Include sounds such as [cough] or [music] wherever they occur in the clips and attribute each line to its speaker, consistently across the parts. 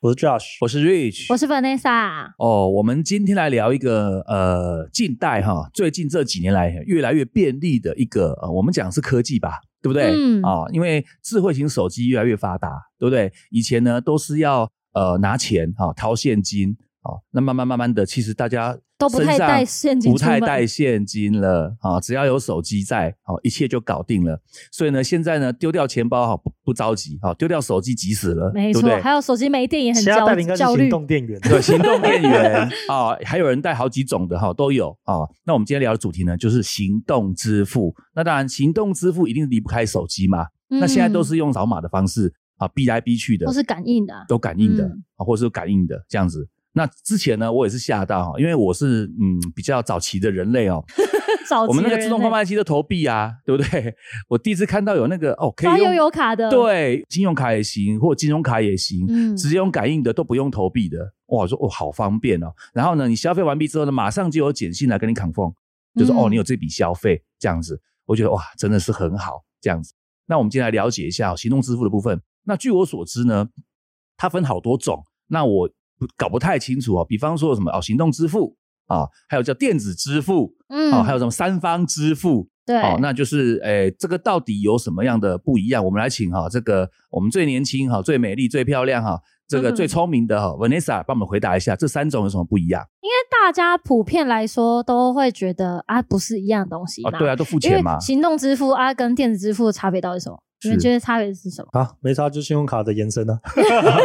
Speaker 1: 我是 Josh，
Speaker 2: 我是 Rich，
Speaker 3: 我是 Vanessa，
Speaker 2: 哦，我们今天来聊一个呃，近代哈，最近这几年来越来越便利的一个呃，我们讲是科技吧，对不对？
Speaker 3: 嗯
Speaker 2: 啊、因为智慧型手机越来越发达，对不对？以前呢都是要呃拿钱哈、掏现金哦，那慢慢慢慢的，其实大家
Speaker 3: 都不
Speaker 2: 身
Speaker 3: 太
Speaker 2: 上
Speaker 3: 带现金
Speaker 2: 不太
Speaker 3: 出门
Speaker 2: 带现金了啊、只要有手机在哦，一切就搞定了。所以呢，现在呢丢掉钱包哈、哦不不着急哈、丢掉手机急死了，
Speaker 3: 没
Speaker 2: 对
Speaker 3: 错
Speaker 2: 不对，
Speaker 3: 还有手机没电也很
Speaker 1: 其他
Speaker 3: 焦
Speaker 1: 代理应该是
Speaker 3: 焦虑
Speaker 1: 行。动电源。
Speaker 2: [laughs] 对，行
Speaker 3: [laughs]
Speaker 2: 动电源啊、还有人带好几种的哈、都有啊、那我们今天聊的主题呢，就是行动支付。那当然，行动支付一定离不开手机嘛。那现在都
Speaker 3: 嗯
Speaker 2: 是用扫码的方式啊，逼来逼去的
Speaker 3: 都，是感应的
Speaker 2: [laughs]
Speaker 3: 啊，
Speaker 2: 都感应的、
Speaker 3: 嗯
Speaker 2: 啊，或者是感应的这样子。那之前呢，我也是吓到哈，因为我是嗯比较早期的人类哦，
Speaker 3: 早
Speaker 2: 我们那
Speaker 3: 期
Speaker 2: 个
Speaker 3: 人
Speaker 2: 自动
Speaker 3: 类
Speaker 2: 贩卖机的投币啊，对不对？ [laughs] 我第一次看到有那个哦，可
Speaker 3: 刷
Speaker 2: 以
Speaker 3: 悠
Speaker 2: 用
Speaker 3: 游卡的，，
Speaker 2: 对，信用卡也行，或金融卡也行，
Speaker 3: 嗯
Speaker 2: 直接用感应的都不用投币的。哇，我说哦，好方便哦。然后呢，你消费完毕之后呢，马上就有简讯来跟你 confirm，就说、哦，
Speaker 3: 嗯
Speaker 2: 你有这笔消费这样子。我觉得哇，真的是很好这样子。那我们今天来了解一下、哦行动支付的部分。那据我所知呢，它分好多种。那我不搞不太清楚哦，比方说有什么哦，行动支付啊、还有叫电子支付
Speaker 3: 嗯，
Speaker 2: 啊、还有什么三方支付
Speaker 3: 对，
Speaker 2: 好、那就是诶，这个到底有什么样的不一样？我们来请哈、这个我们最年轻哈、最美丽、最漂亮哈、这个
Speaker 3: 嗯
Speaker 2: 最聪明的哈、Vanessa 帮我们回答一下，这三种有什么不一样？
Speaker 3: 大家普遍来说都会觉得啊，不是一样东西
Speaker 2: 啊，
Speaker 3: 嘛，
Speaker 2: 对啊，都付
Speaker 3: 因为
Speaker 2: 钱嘛，
Speaker 3: 行动支付啊跟电子支付的差别到底是什么？你们
Speaker 2: 是
Speaker 3: 觉得差别是什么？
Speaker 1: 啊，没差，就信用卡的延伸啊， [laughs]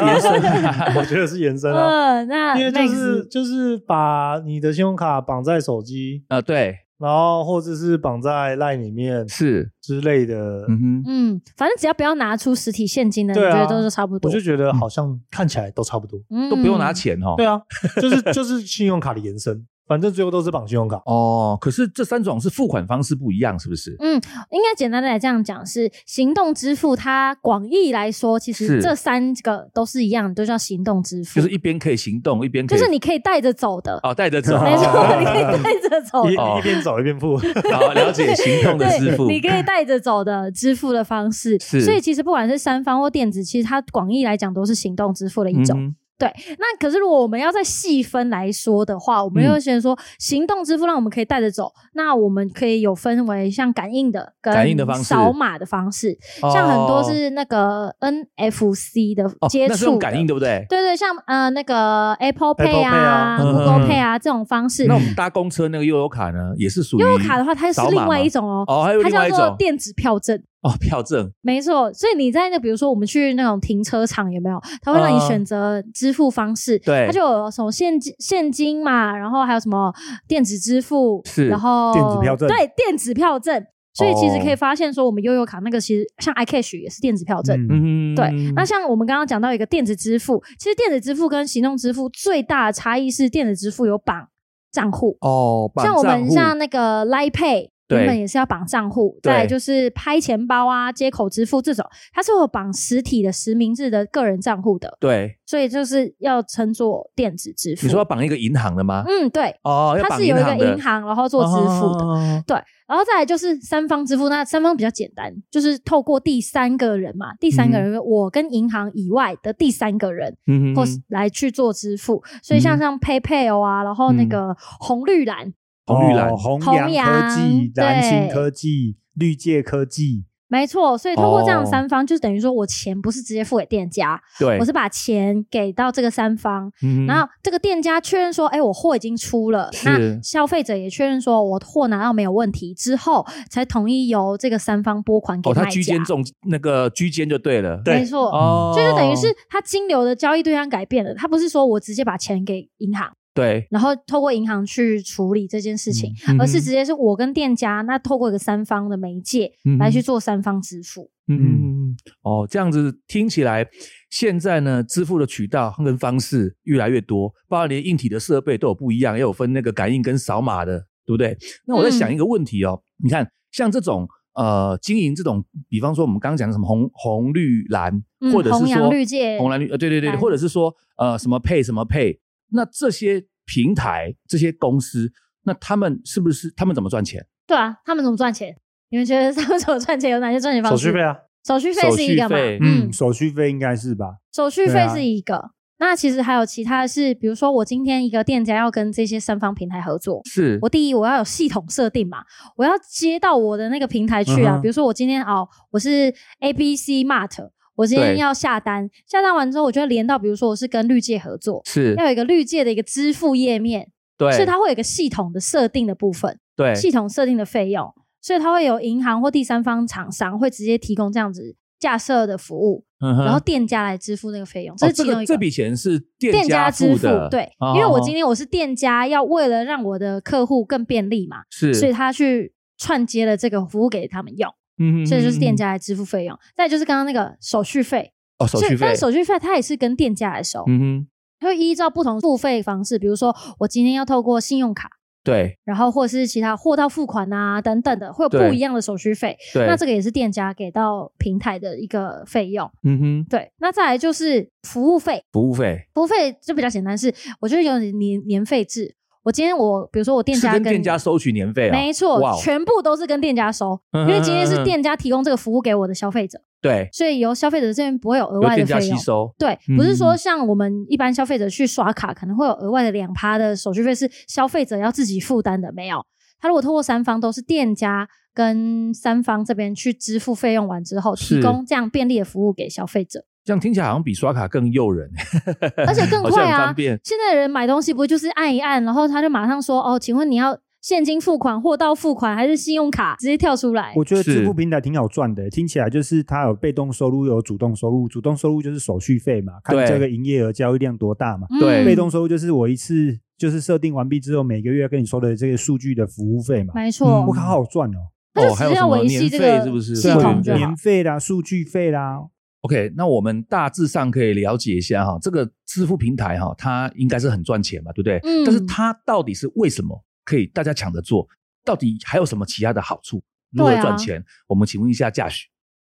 Speaker 2: 延伸
Speaker 3: [laughs]
Speaker 1: 我觉得是延伸啊，
Speaker 3: 嗯，那
Speaker 1: 因为就
Speaker 3: Max
Speaker 1: 是就是把你的信用卡绑在手机，
Speaker 2: 啊，对，
Speaker 1: 然后或者是绑在 LINE 里面
Speaker 2: 是，
Speaker 1: 之类的，
Speaker 2: 嗯哼，
Speaker 3: 嗯，反正只要不要拿出实体现金的，你
Speaker 1: 对啊
Speaker 3: 觉得都是差不
Speaker 1: 我
Speaker 3: 多，
Speaker 1: 就觉
Speaker 2: 嗯
Speaker 1: 得好像看起来都差不多。
Speaker 2: 都不用拿钱哦。
Speaker 1: 对啊，就是就是信用卡的延伸，反正最后都是绑信用卡。
Speaker 2: 哦，可是这三种是付款方式不一样，是不是？
Speaker 3: 嗯。应该简单的来这样讲，是行动支付，它广义来说，其实
Speaker 2: 是
Speaker 3: 这三个都是一样，都叫行动支付，
Speaker 2: 就是一边可以行动，一边可
Speaker 3: 就
Speaker 2: 以
Speaker 3: 是你可以带着走的，
Speaker 2: 哦带着走，
Speaker 3: 没错，
Speaker 1: 哦
Speaker 3: 你可以带着走的。
Speaker 2: 哦
Speaker 1: 一一边走一边付，
Speaker 2: [laughs] 好了解行动的支付
Speaker 3: 对，你可以带着走的支付的方式，
Speaker 2: [laughs] 是
Speaker 3: 所以其实不管是三方或电子，其实它广义来讲都是行动支付的一种。
Speaker 2: 嗯
Speaker 3: 那可是如果我们要再细分来说的话，我们
Speaker 2: 嗯
Speaker 3: 又先说、行动支付让我们可以带着走，那我们可以有分为像感应的跟
Speaker 2: 感应的方式
Speaker 3: 扫码的方式，
Speaker 2: 哼
Speaker 3: 像很多
Speaker 2: 哦
Speaker 3: 是那个 NFC 的
Speaker 2: 哦
Speaker 3: 接
Speaker 2: 那是
Speaker 3: 触、
Speaker 2: 用感应，对不对？
Speaker 3: 对对，像呃那个 Apple
Speaker 1: Apple
Speaker 3: Pay 啊、
Speaker 2: Pay 啊
Speaker 3: Google
Speaker 2: 嗯
Speaker 3: Pay 啊这种方式。
Speaker 2: 那我们搭公车那个悠游卡呢，也是属于
Speaker 3: 悠游卡的话，它是
Speaker 2: 扫码
Speaker 3: 另
Speaker 2: 吗
Speaker 3: 外一种哦，
Speaker 2: 哦，还有
Speaker 3: 它
Speaker 2: 另
Speaker 3: 叫
Speaker 2: 外一
Speaker 3: 做
Speaker 2: 种
Speaker 3: 电子票证。
Speaker 2: 哦，票证
Speaker 3: 没错，所以你在那，比如说我们去那种停车场，有没有？它会让你
Speaker 2: 嗯
Speaker 3: 选择支付方式，
Speaker 2: 对
Speaker 3: 它就有什么现金、现金嘛，然后还有什么电子支付，
Speaker 2: 是
Speaker 3: 然后
Speaker 4: 电子票证
Speaker 3: 对，电子票证。所以其实
Speaker 2: 哦
Speaker 3: 可以发现说，我们悠游卡那个其实像 iCash 也是电子票证。
Speaker 4: 嗯，
Speaker 2: 嗯，
Speaker 3: 对，那像我们刚刚讲到一个电子支付，其实电子支付跟行动支付最大的差异是，电子支付有绑账户，
Speaker 2: 哦，绑
Speaker 3: 像我们
Speaker 2: 账户
Speaker 3: 像那个 Line Pay，
Speaker 2: 对
Speaker 3: 原本也是要绑账户，
Speaker 2: 对
Speaker 3: 再来就是拍钱包啊、接口支付这种，它是有绑实体的实名制的个人账户的，
Speaker 2: 对，
Speaker 3: 所以就是要称作电子支付。
Speaker 2: 你说要绑一个银行的吗？
Speaker 3: 嗯，对，
Speaker 2: 哦，要
Speaker 3: 它
Speaker 2: 绑
Speaker 3: 是有一个
Speaker 2: 的
Speaker 3: 银行，然后做支付的。
Speaker 2: 哦
Speaker 3: 对，然后再来就是三方支付，那三方比较简单，就是透过第三个人嘛，第三个人、我跟银行以外的第三个人，
Speaker 2: 嗯
Speaker 3: 或是来去做支付。所以像
Speaker 2: 嗯
Speaker 3: 像 PayPal 啊，然后那个红绿蓝，
Speaker 2: 红绿蓝
Speaker 4: 哦红
Speaker 3: 红
Speaker 4: 洋科技
Speaker 3: 洋、
Speaker 4: 蓝星
Speaker 3: 对
Speaker 4: 科技、绿界科技，
Speaker 3: 没错。所以通过这样的
Speaker 2: 哦
Speaker 3: 三方，就等于说我钱不是直接付给店家，
Speaker 2: 对，
Speaker 3: 我是把钱给到这个三方，
Speaker 2: 嗯
Speaker 3: 然后这个店家确认说，哎，我货已经出了，那
Speaker 2: 是
Speaker 3: 消费者也确认说我货拿到没有问题之后，才同意由这个三方拨款给
Speaker 2: 哦，他
Speaker 3: 卖
Speaker 2: 居
Speaker 3: 家
Speaker 2: 间。中那个居间就对了，
Speaker 1: 对
Speaker 3: 没错。
Speaker 2: 哦，
Speaker 3: 所以就等于是他金流的交易对象改变了，他不是说我直接把钱给银行，
Speaker 2: 对，
Speaker 3: 然后透过银行去处理这件事情，
Speaker 2: 嗯
Speaker 3: 而是直接是我跟店家，那透过一个三方的媒介
Speaker 2: 嗯
Speaker 3: 来去做三方支付。
Speaker 2: 嗯，哦，这样子听起来，现在呢，支付的渠道跟方式越来越多，包括连硬体的设备都有不一样，也有分那个感应跟扫码的，对不对？那我在
Speaker 3: 嗯
Speaker 2: 想一个问题哦，你看像这种呃经营这种，比方说我们刚刚讲的什么红红绿蓝，
Speaker 3: 嗯
Speaker 2: 或者是
Speaker 3: 红
Speaker 2: 说
Speaker 3: 洋绿界
Speaker 2: 红蓝绿呃对对对，
Speaker 3: 蓝
Speaker 2: 或者是说呃什么配什么配，那这些平台这些公司，那他们是不是他们怎么赚钱？
Speaker 3: 对啊，他们怎么赚钱？你们觉得他们怎么赚钱？有哪些赚钱方
Speaker 4: 手
Speaker 3: 式？
Speaker 4: 续费，啊，
Speaker 3: 手续费是一个嘛
Speaker 2: 手续费？
Speaker 5: 嗯，，手续费应该是吧？
Speaker 3: 手续
Speaker 5: 对
Speaker 3: 费
Speaker 5: 啊
Speaker 3: 是一个。那其实还有其他的是，比如说我今天一个店家要跟这些三方平台合作，
Speaker 2: 是
Speaker 3: 我第一我要有系统设定嘛，我要接到我的那个平台去啊。
Speaker 5: 嗯哼
Speaker 3: 比如说我今天哦，我是 A B C Mart，我今天
Speaker 2: 对
Speaker 3: 要下单，下单完之后我就要连到，比如说我是跟绿界合作，
Speaker 2: 是
Speaker 3: 要有一个绿界的一个支付页面，
Speaker 2: 对
Speaker 3: 所以它会有一个系统的设定的部分，
Speaker 2: 对
Speaker 3: 系统设定的费用，所以它会有银行或第三方厂商会直接提供这样子架设的服务，
Speaker 2: 嗯哼
Speaker 3: 然后店家来支付那个费用，这
Speaker 2: 哦
Speaker 3: 是其中
Speaker 2: 个
Speaker 3: 一个。
Speaker 2: 这笔钱是
Speaker 3: 店
Speaker 2: 店
Speaker 3: 家支
Speaker 2: 付
Speaker 3: 付
Speaker 2: 的，
Speaker 3: 对，
Speaker 2: 哦
Speaker 3: 因为我今天我是店家，要为了让我的客户更便利嘛，
Speaker 2: 是，
Speaker 3: 所以他去串接了这个服务给他们用，
Speaker 2: 嗯
Speaker 3: 所以就是店
Speaker 2: 家
Speaker 3: 家来支付费用。再就是刚刚那个手续费，
Speaker 2: 哦手
Speaker 3: 所以
Speaker 2: 续费
Speaker 3: 但，手续费它也是跟店家来收，
Speaker 2: 嗯哼，
Speaker 3: 它会依照不同付费方式，比如说我今天要透过信用卡，
Speaker 2: 对
Speaker 3: 然后或者是其他货到付款啊等等的，会有不
Speaker 2: 对
Speaker 3: 一样的手续费。
Speaker 2: 对，
Speaker 3: 那这个也是店家给到平台的一个费用。
Speaker 2: 嗯哼
Speaker 3: 对，那再来就是服务费，
Speaker 2: 服务费
Speaker 3: 服务费就比较简单是，我就是有年年费制。我今天我比如说我店
Speaker 2: 是
Speaker 3: 家
Speaker 2: 跟店家收取年费啊，
Speaker 3: 没错，
Speaker 2: 哇哦
Speaker 3: 全部都是跟店家收，
Speaker 2: 嗯
Speaker 3: 因为今天
Speaker 2: 嗯嗯
Speaker 3: 是
Speaker 2: 嗯
Speaker 3: 店家提供这个服务给我的消费者，
Speaker 2: 对，
Speaker 3: 所以由消费者这边不会有额
Speaker 2: 由
Speaker 3: 外
Speaker 2: 店
Speaker 3: 的
Speaker 2: 家
Speaker 3: 费
Speaker 2: 吸
Speaker 3: 用。
Speaker 2: 收，
Speaker 3: 对，不是
Speaker 2: 嗯
Speaker 3: 说像我们一般消费者去刷卡，可能会有额外的两趴的手续费是消费者要自己负担的，没有。他如果透过三方都是店家跟三方这边去支付费用完之后，
Speaker 2: 是
Speaker 3: 提供这样便利的服务给消费
Speaker 2: [laughs]
Speaker 3: 者，
Speaker 2: 这样听起来好像比刷卡更诱人， [laughs]
Speaker 3: 而且更
Speaker 2: 好像
Speaker 3: 快
Speaker 2: 很
Speaker 3: 啊
Speaker 2: 方！便，
Speaker 3: 现在人买东西不就是按一按，然后他就马上说哦，请问你要现金付款、货到付款还是信用卡？直接跳出来。
Speaker 5: 我觉得支
Speaker 2: 是
Speaker 5: 付平台挺好赚的，听起来就是它有被动收入，有主动收入。主动收入就是手续费嘛，看
Speaker 2: 对
Speaker 5: 这个营业额交易量多大嘛。
Speaker 3: 嗯
Speaker 2: 对
Speaker 5: 被动收入就是我一次就是设定完毕之后，每个月跟你收的这个数据的服务费嘛。
Speaker 3: 没错
Speaker 5: 我，靠，好好赚哦！
Speaker 3: 他就
Speaker 2: 嗯哦还有
Speaker 3: 只是
Speaker 2: 什
Speaker 3: 要
Speaker 2: 么
Speaker 3: 维系
Speaker 2: 年
Speaker 3: 这
Speaker 2: 费
Speaker 3: 个
Speaker 2: 是不是
Speaker 3: 系
Speaker 5: 对啊
Speaker 3: 统
Speaker 2: 对
Speaker 3: 就好。
Speaker 5: 年费啦、数据费啦，
Speaker 2: OK，那我们大致上可以了解一下哈，这个支付平台哈，它应该是很赚钱嘛，对不对？
Speaker 3: 嗯
Speaker 2: 但是它到底是为什么可以大家抢着做？到底还有什么其他的好处？如何
Speaker 3: 对啊
Speaker 2: 赚钱？我们请问一下驾许。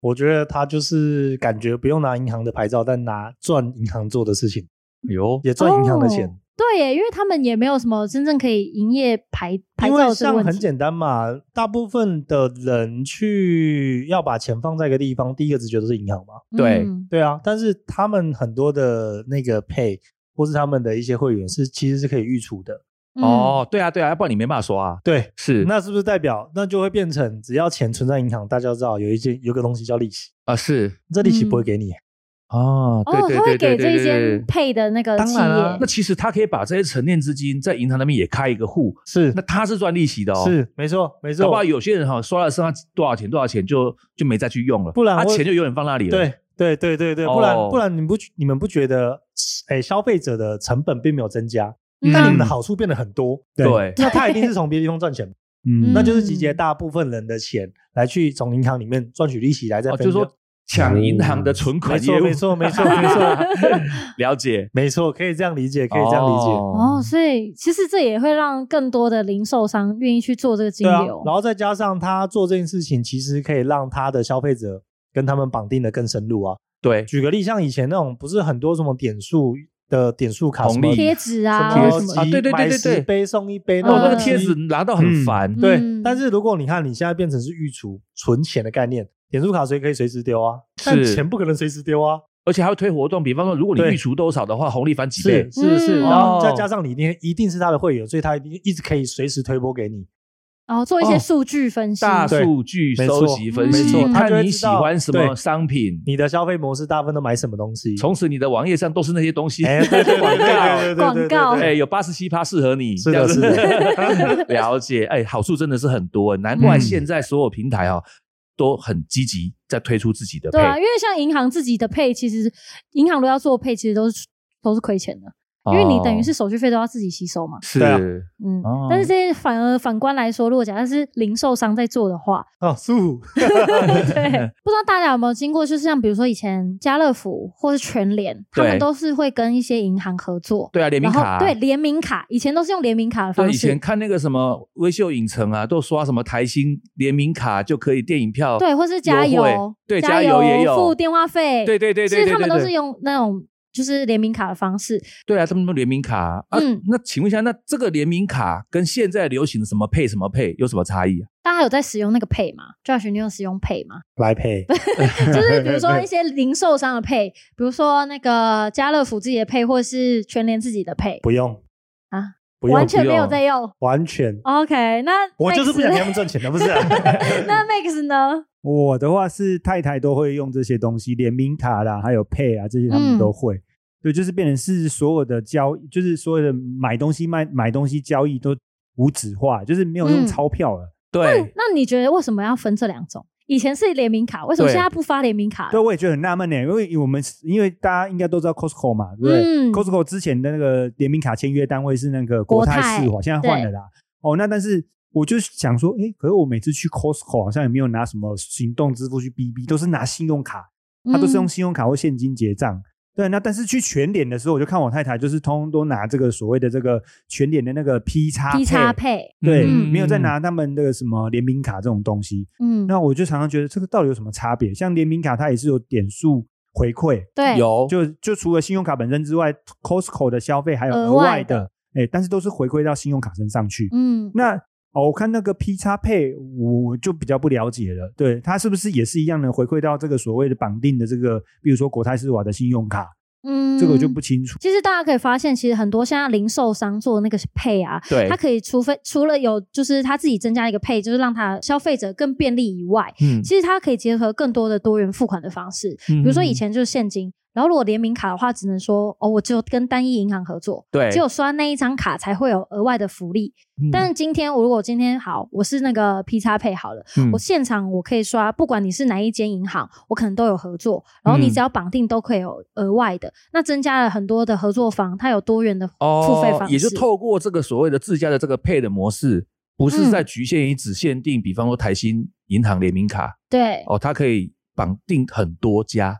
Speaker 4: 我觉得他就是感觉不用拿银行的牌照，但拿赚银行做的事情，
Speaker 2: 哎呦，
Speaker 4: 也赚银行的钱。
Speaker 3: 哦对耶，因为他们也没有什么真正可以营业牌牌
Speaker 4: 因
Speaker 3: 照
Speaker 4: 为
Speaker 3: 的这个
Speaker 4: 像
Speaker 3: 问
Speaker 4: 很
Speaker 3: 题。
Speaker 4: 简单嘛，大部分的人去要把钱放在一个地方，第一个直觉都是银行嘛。
Speaker 2: 对
Speaker 3: 嗯
Speaker 4: 对啊，但是他们很多的那个 Pay 或是他们的一些会员是其实是可以预储的。
Speaker 3: 嗯
Speaker 2: 哦，对啊，对啊，要不然你没办法刷啊。
Speaker 4: 对，
Speaker 2: 是
Speaker 4: 那是不是代表那就会变成只要钱存在银行，大家知道有一件有一个东西叫利息，
Speaker 2: 啊是
Speaker 4: 这利息不会给你。
Speaker 2: 啊，
Speaker 3: 嗯哦，
Speaker 2: 对
Speaker 3: 他
Speaker 2: 对对
Speaker 3: 会
Speaker 2: 对
Speaker 3: 给这
Speaker 2: 对
Speaker 3: 些
Speaker 2: 对。
Speaker 3: 配的那个
Speaker 4: 当
Speaker 3: 企
Speaker 4: 然啊
Speaker 3: 业
Speaker 2: 那，其实他可以把这些沉淀资金在银行那边也开一个户，
Speaker 4: 是
Speaker 2: 那他是赚利息的哦。。
Speaker 4: 是没错没
Speaker 2: 搞不好
Speaker 4: 错，
Speaker 2: 有些人哈、刷了身上多少钱多少钱就就没再去用了，
Speaker 4: 不然
Speaker 2: 他
Speaker 4: 我
Speaker 2: 钱就永远放那里了。
Speaker 4: 对对对对对，不然
Speaker 2: 哦
Speaker 4: 不然你不你们不觉得，哎，消费者的成本并没有增加，
Speaker 3: 嗯
Speaker 4: 但你们的好处变得很多，
Speaker 5: 对
Speaker 2: 对
Speaker 4: 那他一定是从别的地方赚
Speaker 2: [laughs]
Speaker 4: 钱，
Speaker 5: 嗯，
Speaker 4: 那就是集结大部分人的钱来去从银行里面赚取利息来再
Speaker 2: 哦，
Speaker 4: 分
Speaker 2: 就是
Speaker 4: 掉。
Speaker 2: 说抢银行的
Speaker 4: 嗯
Speaker 2: 存
Speaker 4: 没
Speaker 2: 款业
Speaker 4: 错
Speaker 2: 务，
Speaker 4: 没错没错没
Speaker 2: [laughs]
Speaker 4: 错
Speaker 2: 了解，
Speaker 4: 没错，可以这样理解，可以这样理解。
Speaker 3: 哦，所以其实这也会让更多的零售商愿意去做这个金
Speaker 4: 对啊
Speaker 3: 流，。
Speaker 4: 然后再加上他做这件事情，其实可以让他的消费者跟他们绑定的更深入啊。
Speaker 2: 对，
Speaker 4: 举个例，像以前那种不是很多什么点数的点数卡，
Speaker 2: 红利
Speaker 3: 贴纸
Speaker 4: 什
Speaker 3: 啊，
Speaker 4: 么
Speaker 3: 或
Speaker 4: 什
Speaker 3: 者
Speaker 4: 么
Speaker 3: 什
Speaker 2: 啊
Speaker 3: 么
Speaker 2: 对对对
Speaker 4: 买
Speaker 2: 对对
Speaker 4: 十杯送一杯，
Speaker 3: 嗯
Speaker 2: 哦，那个
Speaker 4: 种
Speaker 2: 贴纸拿到很烦，
Speaker 3: 嗯
Speaker 4: 对，但是如果你看你现在变成是预储存钱的概念，点数卡谁可以随时丢啊？但
Speaker 2: 是
Speaker 4: 钱不可能随时丢啊，
Speaker 2: 而且还会推活动，比方说如果你
Speaker 4: 对
Speaker 2: 预储多少的话，红利翻几倍
Speaker 4: 是，是是，
Speaker 3: 嗯
Speaker 4: 然后再
Speaker 2: 哦
Speaker 4: 加上你一定一定是他的会员，所以他一定一直可以随时推播给你。
Speaker 3: 然后做一些
Speaker 2: 哦
Speaker 3: 数据分析，
Speaker 2: 大数据
Speaker 4: 对没
Speaker 2: 收
Speaker 4: 错
Speaker 2: 集分
Speaker 3: 没
Speaker 2: 析
Speaker 3: 错，
Speaker 4: 他就
Speaker 2: 看
Speaker 4: 会
Speaker 2: 你
Speaker 4: 知
Speaker 2: 喜
Speaker 4: 道
Speaker 2: 欢什么
Speaker 4: 对
Speaker 2: 商品，
Speaker 4: 你的消费模式大部分都买什么东西？
Speaker 2: 从此你的网页上都是那些东西。
Speaker 4: 哎，对
Speaker 2: [laughs]
Speaker 4: 对对对对对对对对对
Speaker 3: 广告
Speaker 2: 哎，有八十七趴适合你，
Speaker 4: 是的
Speaker 2: 这样子
Speaker 4: 是
Speaker 2: [laughs] 了解。哎，好处真的是很多，难怪
Speaker 5: 嗯
Speaker 2: 现在所有平台啊都很积极在推出自己的
Speaker 3: 对啊，
Speaker 2: 配
Speaker 3: 因为像银行自己的配，其实银行如果要做配，其实都是都是亏钱的，因为你
Speaker 2: 哦
Speaker 3: 等于是手续费都要自己吸收嘛。
Speaker 2: 是
Speaker 1: 对啊
Speaker 3: 嗯，
Speaker 2: 哦
Speaker 3: 但是这些反而反观来说，如果假设是零售商在做的话，
Speaker 1: 哦，舒服，
Speaker 2: [laughs]
Speaker 3: 对， [laughs] 不知道大家有没有经过，就是像比如说以前家乐福或是全联，他们
Speaker 2: 对
Speaker 3: 都是会跟一些银行合作，
Speaker 2: 对啊，联名
Speaker 3: 然后
Speaker 2: 卡啊
Speaker 3: 对联名卡，以前都是用联名卡的
Speaker 2: 对，
Speaker 3: 方
Speaker 2: 以前
Speaker 3: 式，
Speaker 2: 看那个什么微秀影城啊，都刷什么台新联名卡就可以电影票，
Speaker 3: 对，或是加
Speaker 2: 优惠
Speaker 3: 油，
Speaker 2: 对
Speaker 3: 加
Speaker 2: 加油也有
Speaker 3: 付电话费，
Speaker 2: 对对对对
Speaker 3: 其实他
Speaker 2: 对对
Speaker 3: 们都
Speaker 2: 对
Speaker 3: 是用那种就是联名卡的方式，
Speaker 2: 对啊，他们都联名卡啊。啊
Speaker 3: 嗯
Speaker 2: 那请问一下，那这个联名卡跟现在流行的什么配什么配有什么差异啊？
Speaker 3: 大家有在使用那个 Pay 吗？Josh，你有使用
Speaker 2: [laughs]
Speaker 3: Pay 吗？
Speaker 1: 来配，
Speaker 3: 就是比如说一些零售商的 Pay，比如说那个家乐福自己的 Pay，或是全联自己的 Pay，
Speaker 1: 不用
Speaker 3: 啊，
Speaker 1: 不用
Speaker 3: 完，全
Speaker 2: 不
Speaker 3: 没有
Speaker 2: 用
Speaker 3: 在用。
Speaker 1: 完全，
Speaker 3: OK，那
Speaker 1: 我就是不
Speaker 3: Max
Speaker 1: 想
Speaker 3: 呢
Speaker 1: 给他们赚钱的，不是啊？
Speaker 3: [laughs] 那 Max 呢？
Speaker 4: [laughs] 我的话是太太都会用这些东西，联名卡啦，还有配啊这些他
Speaker 3: 嗯
Speaker 4: 们都会。对，就是变成是所有的交，就是所有的买东西卖买东西交易都无纸化，就是没有
Speaker 3: 嗯
Speaker 4: 用钞票了。
Speaker 2: 对，
Speaker 3: 那你觉得为什么要分这两种？以前是联名卡，为什么
Speaker 2: 对
Speaker 3: 现在不发联名卡
Speaker 4: 对，
Speaker 3: 了？
Speaker 4: 我也觉得很纳闷呢，因为我们因为大家应该都知道 Costco 嘛，对不对、
Speaker 3: 嗯
Speaker 4: c o s t c o 之前的那个联名卡签约单位是那个
Speaker 3: 国
Speaker 4: 国
Speaker 3: 泰
Speaker 4: 泰世华，现在换
Speaker 3: 对
Speaker 4: 了啦。哦，那但是我就想说，诶，可是我每次去 Costco 好像也没有拿什么行动支付去 BB，都是拿信用卡，他都是用
Speaker 3: 嗯
Speaker 4: 信用卡或现金结账。对，那但是去全脸的时候，我就看我太太就是通通都拿这个所谓的这个全脸的那个 P 叉
Speaker 3: P 叉
Speaker 4: 配
Speaker 3: 配，
Speaker 4: 对，
Speaker 2: 嗯
Speaker 4: 没有在拿他们那个什么联名卡这种东西。
Speaker 3: 嗯，
Speaker 4: 那我就常常觉得这个到底有什么差别？像联名卡它也是有点数回馈，
Speaker 3: 对，
Speaker 2: 有
Speaker 4: 就就除了信用卡本身之外，Costco 的消费还有
Speaker 3: 额
Speaker 4: 额
Speaker 3: 外
Speaker 4: 外的，哎、但是都是回馈到信用卡身上去。
Speaker 3: 嗯，
Speaker 4: 那哦，我看那个 P 叉配，我就比较不了解了。对，它是不是也是一样的回馈到这个所谓的绑定的这个，比如说国泰世华的信用卡，
Speaker 3: 嗯，
Speaker 4: 这个我就不。清楚。
Speaker 3: 其实大家可以发现，其实很多现在零售商做的那个配啊，
Speaker 2: 对
Speaker 3: 它，可以除非除了有就是他自己增加一个配，就是让他消费者更便利以外，
Speaker 2: 嗯，
Speaker 3: 其实它可以结合更多的多元付款的方式，
Speaker 2: 比
Speaker 3: 比如说
Speaker 4: 嗯
Speaker 3: 以前就是现金，然后如果联名卡的话，只能说哦，我只有跟单一银行合作，
Speaker 2: 对，
Speaker 3: 只有刷那一张卡才会有额外的福利。
Speaker 2: 嗯
Speaker 3: 但今天我如果今天好，我是那个 P 叉配好了，
Speaker 2: 嗯
Speaker 3: 我现场我可以刷，不管你是哪一间银行，我可能都有合作，然后你
Speaker 2: 嗯
Speaker 3: 只要绑定都可以有额外的，那增加了很多的合作方，它有多元的付费方式，
Speaker 2: 哦也就透过这个所谓的自家的这个配的模式，不
Speaker 3: 嗯
Speaker 2: 是在局限于只限定，比方说台新银行联名卡
Speaker 3: 对
Speaker 2: 哦，它可以绑定很多家，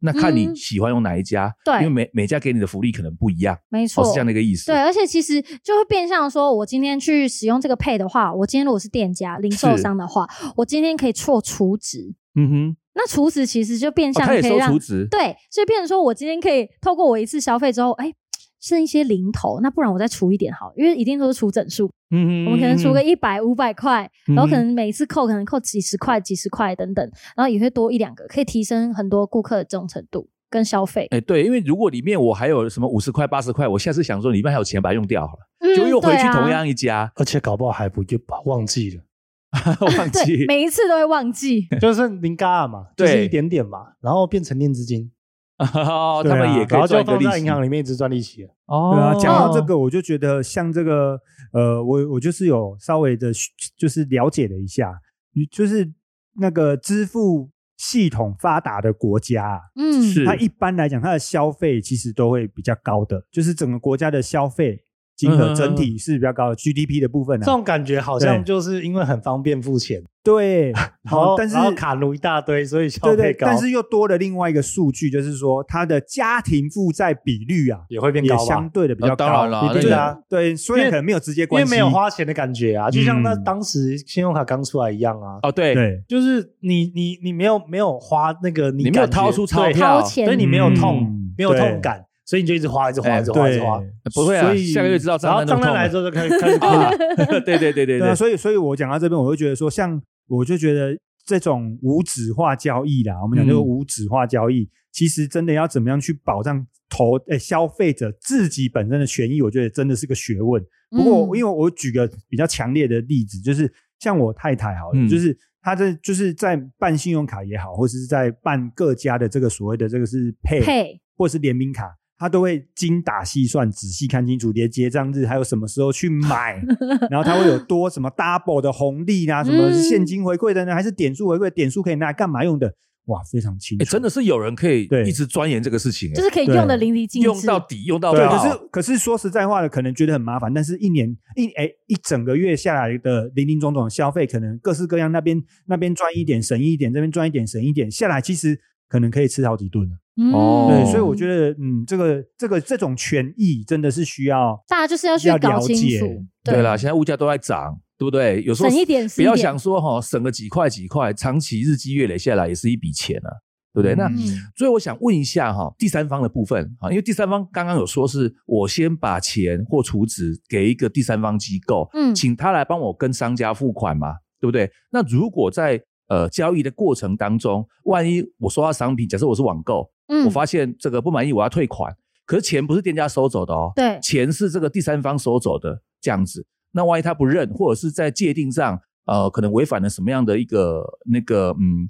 Speaker 2: 那看你
Speaker 3: 嗯
Speaker 2: 喜欢用哪一家，
Speaker 3: 对
Speaker 2: 因为每每家给你的福利可能不一样，
Speaker 3: 没错
Speaker 2: 哦，是这样的一个意思，
Speaker 3: 对，，啊而且其实就会变相说，我今天去使用这个配的话，我今天如果是店家、零售
Speaker 2: 是
Speaker 3: 商的话，我今天可以做储值。
Speaker 2: 嗯哼，
Speaker 3: 那储值其实就变
Speaker 2: 哦，
Speaker 3: 相
Speaker 2: 它
Speaker 3: 可
Speaker 2: 也
Speaker 3: 以
Speaker 2: 收
Speaker 3: 让、
Speaker 2: 储值，
Speaker 3: 对，所以变成说我今天可以透过我一次消费之后，哎，剩一些零头，那不然我再除一点好，因为一定都是除整数，
Speaker 2: 嗯哼，
Speaker 3: 我们可能除个一百、五百块，
Speaker 2: 嗯哼，
Speaker 3: 然后可能每一次扣可能扣几十块、几十块等等，然后也会多一两个，可以提升很多顾客的忠诚度跟消费。
Speaker 2: 哎，对，因为如果里面我还有什么五十块、八十块，我下次想说里面还有钱把它用掉好了，
Speaker 3: 嗯
Speaker 2: 就又回
Speaker 3: 对
Speaker 2: 去
Speaker 3: 啊
Speaker 2: 同样一家， [laughs]
Speaker 1: 而且搞不好还不就忘记了， [laughs]
Speaker 2: 忘记
Speaker 3: 对，每一次都会忘
Speaker 2: [laughs]
Speaker 3: 记。
Speaker 1: 就是零嘎啊嘛，就是
Speaker 2: 对
Speaker 1: 一点点嘛，然后变成念资金，
Speaker 2: 哦，他
Speaker 4: 对
Speaker 2: 们
Speaker 4: 啊
Speaker 2: 也可以
Speaker 1: 然后
Speaker 2: 赚
Speaker 1: 就
Speaker 2: 一个
Speaker 1: 放
Speaker 2: 利
Speaker 1: 在
Speaker 2: 息
Speaker 1: 银行里面一直赚利息了。
Speaker 2: 哦
Speaker 4: 对啊，讲到这
Speaker 3: 哦
Speaker 4: 个，我就觉得像这个，呃，我我就是有稍微的，就是了解了一下，就是那个支付系统发达的国家啊、
Speaker 3: 嗯，
Speaker 2: 是
Speaker 4: 它一般来讲，它的消费其实都会比较高的，就是整个国家的消费金额整
Speaker 1: 嗯
Speaker 4: 体是比较高的、GDP 的部分
Speaker 1: 这
Speaker 4: 啊。
Speaker 1: 种感觉好像
Speaker 4: 对
Speaker 1: 就是因为很方便付钱，
Speaker 4: 对，
Speaker 1: 然后
Speaker 4: 好，但是
Speaker 1: 然后卡奴一大堆，所以消
Speaker 4: 对
Speaker 1: 费
Speaker 4: 对，
Speaker 1: 高，
Speaker 4: 但是又多了另外一个数据，就是说它的家庭负债比率啊，
Speaker 1: 也会变
Speaker 4: 也
Speaker 1: 高吧
Speaker 4: 相？对的比较
Speaker 2: 啊
Speaker 4: 高，
Speaker 2: 当然啦
Speaker 4: 一定
Speaker 1: 对
Speaker 4: 的
Speaker 1: 啊，
Speaker 4: 对，虽然可能没有直接
Speaker 1: 因
Speaker 4: 关
Speaker 1: 为
Speaker 4: 系，
Speaker 1: 没有花钱的感觉啊，就像那
Speaker 4: 嗯
Speaker 1: 当时信用卡刚出来一样啊，
Speaker 2: 哦，对，
Speaker 4: 对，
Speaker 1: 就是你你你没有没有花那个你
Speaker 2: 你没有
Speaker 1: 感觉
Speaker 2: 掏出钞
Speaker 1: 对
Speaker 2: 票
Speaker 3: 掏钱
Speaker 1: 所以你没有痛，
Speaker 4: 嗯
Speaker 1: 没有痛
Speaker 4: 对
Speaker 1: 感，所以你就一直花，一直花，
Speaker 2: 哎
Speaker 1: 一直花，一
Speaker 4: 对
Speaker 1: 直花。
Speaker 2: 不会啊
Speaker 4: 所，以
Speaker 2: 下个月知道
Speaker 1: 然后
Speaker 2: 账单
Speaker 1: 账
Speaker 2: 都
Speaker 1: 单来之
Speaker 2: 痛
Speaker 1: 后就开始
Speaker 4: [laughs]
Speaker 1: 开始哭
Speaker 2: 啊
Speaker 1: 了。，
Speaker 2: [laughs] 对对对对
Speaker 4: 对
Speaker 2: 对
Speaker 4: 啊，，所以所以我讲到这边，我就觉得说，像我就觉得这种无纸化交易啦，我们讲这个
Speaker 2: 嗯
Speaker 4: 无纸化交易，其实真的要怎么样去保障投诶、消费者自己本身的权益，我觉得真的是个学问。不过
Speaker 2: 嗯
Speaker 3: 嗯
Speaker 4: 我因为我举个比较强烈的例子，就是像我太太好了，
Speaker 2: 嗯
Speaker 4: 就是她这就是在办信用卡也好，或者是在办各家的这个所谓的这个是配
Speaker 3: 配
Speaker 4: 或是联名卡，他都会精打细算，仔细看清楚连结账日，还有什么时候去买，然后他会有多什么 double 的红利啊，什么
Speaker 3: 嗯
Speaker 4: 现金回馈的呢，还是点数回馈？点数可以拿来干嘛用的？哇，非常清楚，
Speaker 2: 哎，真的是有人可以
Speaker 4: 对
Speaker 2: 一直钻研这个事情，哎
Speaker 3: 就是可以
Speaker 4: 对
Speaker 3: 用的淋漓尽致，
Speaker 2: 用到底，用到
Speaker 4: 对，啊
Speaker 2: 爆
Speaker 4: 可是可是说实在话的，可能觉得很麻烦，但是一年一哎一整个月下来的零零总总的消费，可能各式各样，那边那边赚一点省一点，这边赚一点省一点，下来其实可能可以吃好几顿了。
Speaker 3: 嗯
Speaker 2: 哦
Speaker 4: 对，所以我觉得嗯，这个这个这种权益真的是需要
Speaker 3: 大家就是要去
Speaker 4: 要
Speaker 3: 搞
Speaker 4: 了
Speaker 3: 清
Speaker 4: 解
Speaker 3: 楚，
Speaker 2: 对啦，现在物价都在涨，对不对？有时候
Speaker 3: 省一点是
Speaker 2: 不
Speaker 3: 一
Speaker 2: 要
Speaker 3: 点
Speaker 2: 想说哈、省个几块几块，长期日积月累下来也是一笔钱啊，对不对？那
Speaker 3: 嗯
Speaker 2: 所以我想问一下哈、第三方的部分啊，因为第三方刚刚有说是我先把钱或储值给一个第三方机构，
Speaker 3: 嗯
Speaker 2: 请他来帮我跟商家付款嘛，对不对？那如果在呃交易的过程当中，万一我收到商品，假设我是网购，
Speaker 3: 嗯
Speaker 2: 我发现这个不满意，我要退款，可是钱不是店家收走的哦，
Speaker 3: 对
Speaker 2: 钱是这个第三方收走的这样子。那万一他不认，或者是在界定上，呃，可能违反了什么样的一个那个嗯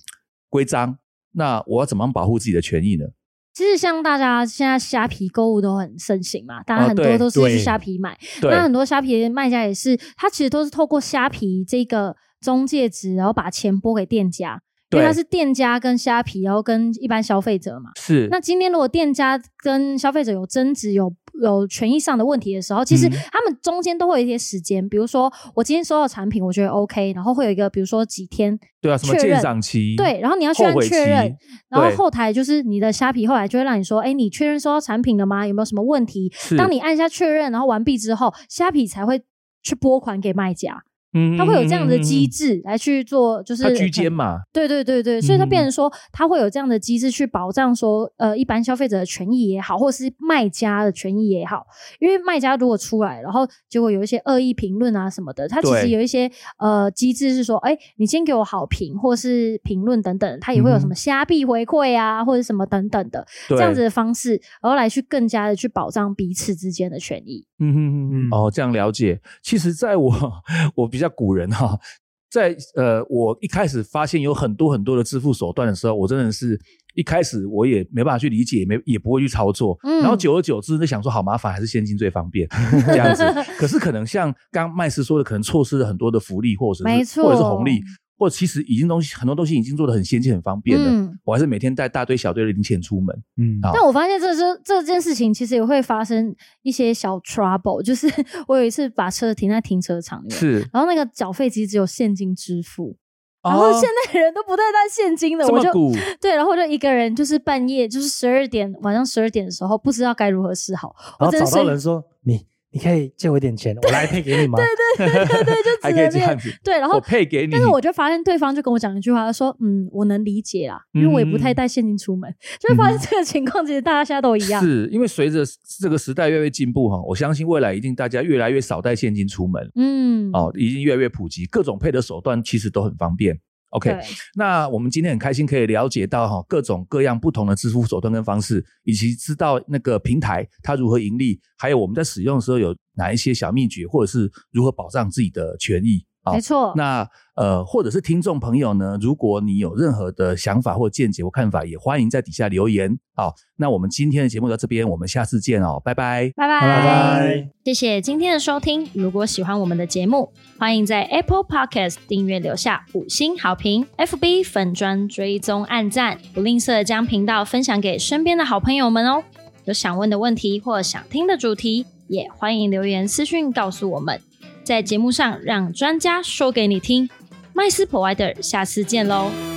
Speaker 2: 规章，那我要怎么样保护自己的权益呢？
Speaker 3: 其实像大家现在虾皮购物都很盛行嘛，大家
Speaker 2: 啊
Speaker 3: 很多
Speaker 2: 对
Speaker 3: 都是去
Speaker 4: 对
Speaker 3: 虾皮买，
Speaker 2: 对，
Speaker 3: 那很多虾皮的卖家也是，他其实都是透过虾皮这个中介值，然后把钱拨给店家，因为
Speaker 2: 对
Speaker 3: 他是店家跟虾皮，然后跟一般消费者嘛。
Speaker 2: 是
Speaker 3: 那今天如果店家跟消费者有争执、有有权益上的问题的时候，其实
Speaker 2: 嗯
Speaker 3: 他们中间都会有一些时间，比如说我今天收到产品，我觉得 OK，然后会有一个比如说几天，
Speaker 2: 对啊，什么
Speaker 3: 确认
Speaker 2: 鉴赏期，
Speaker 3: 对，然后你要去
Speaker 2: 后
Speaker 3: 按
Speaker 2: 悔期
Speaker 3: 确认，然后
Speaker 2: 对
Speaker 3: 后台就是你的虾皮后来就会让你说，哎，你确认收到产品了吗？有没有什么问题？
Speaker 2: 是，
Speaker 3: 当你按下确认，然后完毕之后，虾皮才会去拨款给卖家，
Speaker 2: 嗯
Speaker 3: 它会有这样的
Speaker 2: 嗯
Speaker 3: 机，
Speaker 2: 嗯嗯
Speaker 3: 制来去做，就是
Speaker 2: 它居间嘛，
Speaker 3: 对对对对，所以它
Speaker 2: 嗯
Speaker 3: 变成说，它会有这样的机制去保障说，呃，一般消费者的权益也好，或是卖家的权益也好，因为卖家如果出来，然后结果有一些恶意评论啊什么的，它其实
Speaker 2: 对
Speaker 3: 有一些呃机制是说，哎，你先给我好评或是评论等等，它也会有什么虾币回馈啊，或者什么等等的
Speaker 2: 嗯对
Speaker 3: 这样子，的方式，然后来去更加的去保障彼此之间的权益。
Speaker 2: 嗯嗯嗯嗯，哦，这样了解。其实，在我 [laughs] 我比较古人哈、在呃，我一开始发现有很多很多的支付手段的时候，我真的是一开始我也没办法去理解，也没也不会去操作。
Speaker 3: 嗯
Speaker 2: 然后久而久之就想说，好麻烦，还是现金最方便这样
Speaker 3: [laughs]
Speaker 2: 子。可是可能像刚麦斯说的，可能错失了很多的福利，或者是
Speaker 3: 没错
Speaker 2: 或者是红利，或者其实已经东西很多东西已经做的很先进、很方便了。
Speaker 3: 嗯
Speaker 2: 我还是每天带大堆小堆的零钱出门。
Speaker 4: 嗯
Speaker 2: 好
Speaker 3: 但我发现这这这件事情其实也会发生一些小 trouble，就是 [laughs] 我有一次把车停在停车场里面，
Speaker 2: 是，
Speaker 3: 然后那个缴费机只有现金支付，然后现在人都不带带现金的，
Speaker 2: 哦这
Speaker 3: 我
Speaker 2: 么
Speaker 3: 就
Speaker 2: 古，
Speaker 3: [laughs] 对，然后我就一个人就是半夜就是十二点晚上十二点的时候，不知道该如何是好，我
Speaker 1: 然后
Speaker 3: 真
Speaker 1: 找
Speaker 3: 是
Speaker 1: 到人说你你可以借我一点钱，我来配给你
Speaker 3: [laughs]
Speaker 1: 吗？
Speaker 3: 对对对对，就
Speaker 2: [laughs] 还
Speaker 3: 只
Speaker 2: 可以
Speaker 3: 能
Speaker 2: 这
Speaker 3: 变
Speaker 2: 样子。
Speaker 3: 对，然后
Speaker 2: 我配给你，
Speaker 3: 但是我就发现对方就跟我讲一句话，他说：“嗯，我能理解啦，因为我也不
Speaker 2: 嗯
Speaker 3: 太带现金出门。就会发现这个情况，其实大家现在都一样。
Speaker 2: 是因为随着这个时代越来越进步哈，我相信未来一定大家越来越少带现金出门
Speaker 3: 嗯，
Speaker 2: 哦，已经越来越普及，各种配的手段其实都很方便。OK，
Speaker 3: 对，
Speaker 2: 那我们今天很开心可以了解到哈各种各样不同的支付手段跟方式，以及知道那个平台它如何盈利，还有我们在使用的时候有哪一些小秘诀，或者是如何保障自己的权益啊。
Speaker 3: 没错。
Speaker 2: 那呃，或者是听众朋友呢，如果你有任何的想法或见解或看法，也欢迎在底下留言。好，那我们今天的节目到这边，我们下次见哦，拜拜。
Speaker 3: 拜拜
Speaker 4: 拜拜。
Speaker 3: 谢谢今天的收听。如果喜欢我们的节目，欢迎在 Apple Podcast 订阅留下五星好评，FB 粉砖追踪按赞，不吝啬将频道分享给身边的好朋友们哦。有想问的问题或想听的主题，也欢迎留言私讯告诉我们，在节目上让专家说给你听。麦斯 Provider，下次见喽。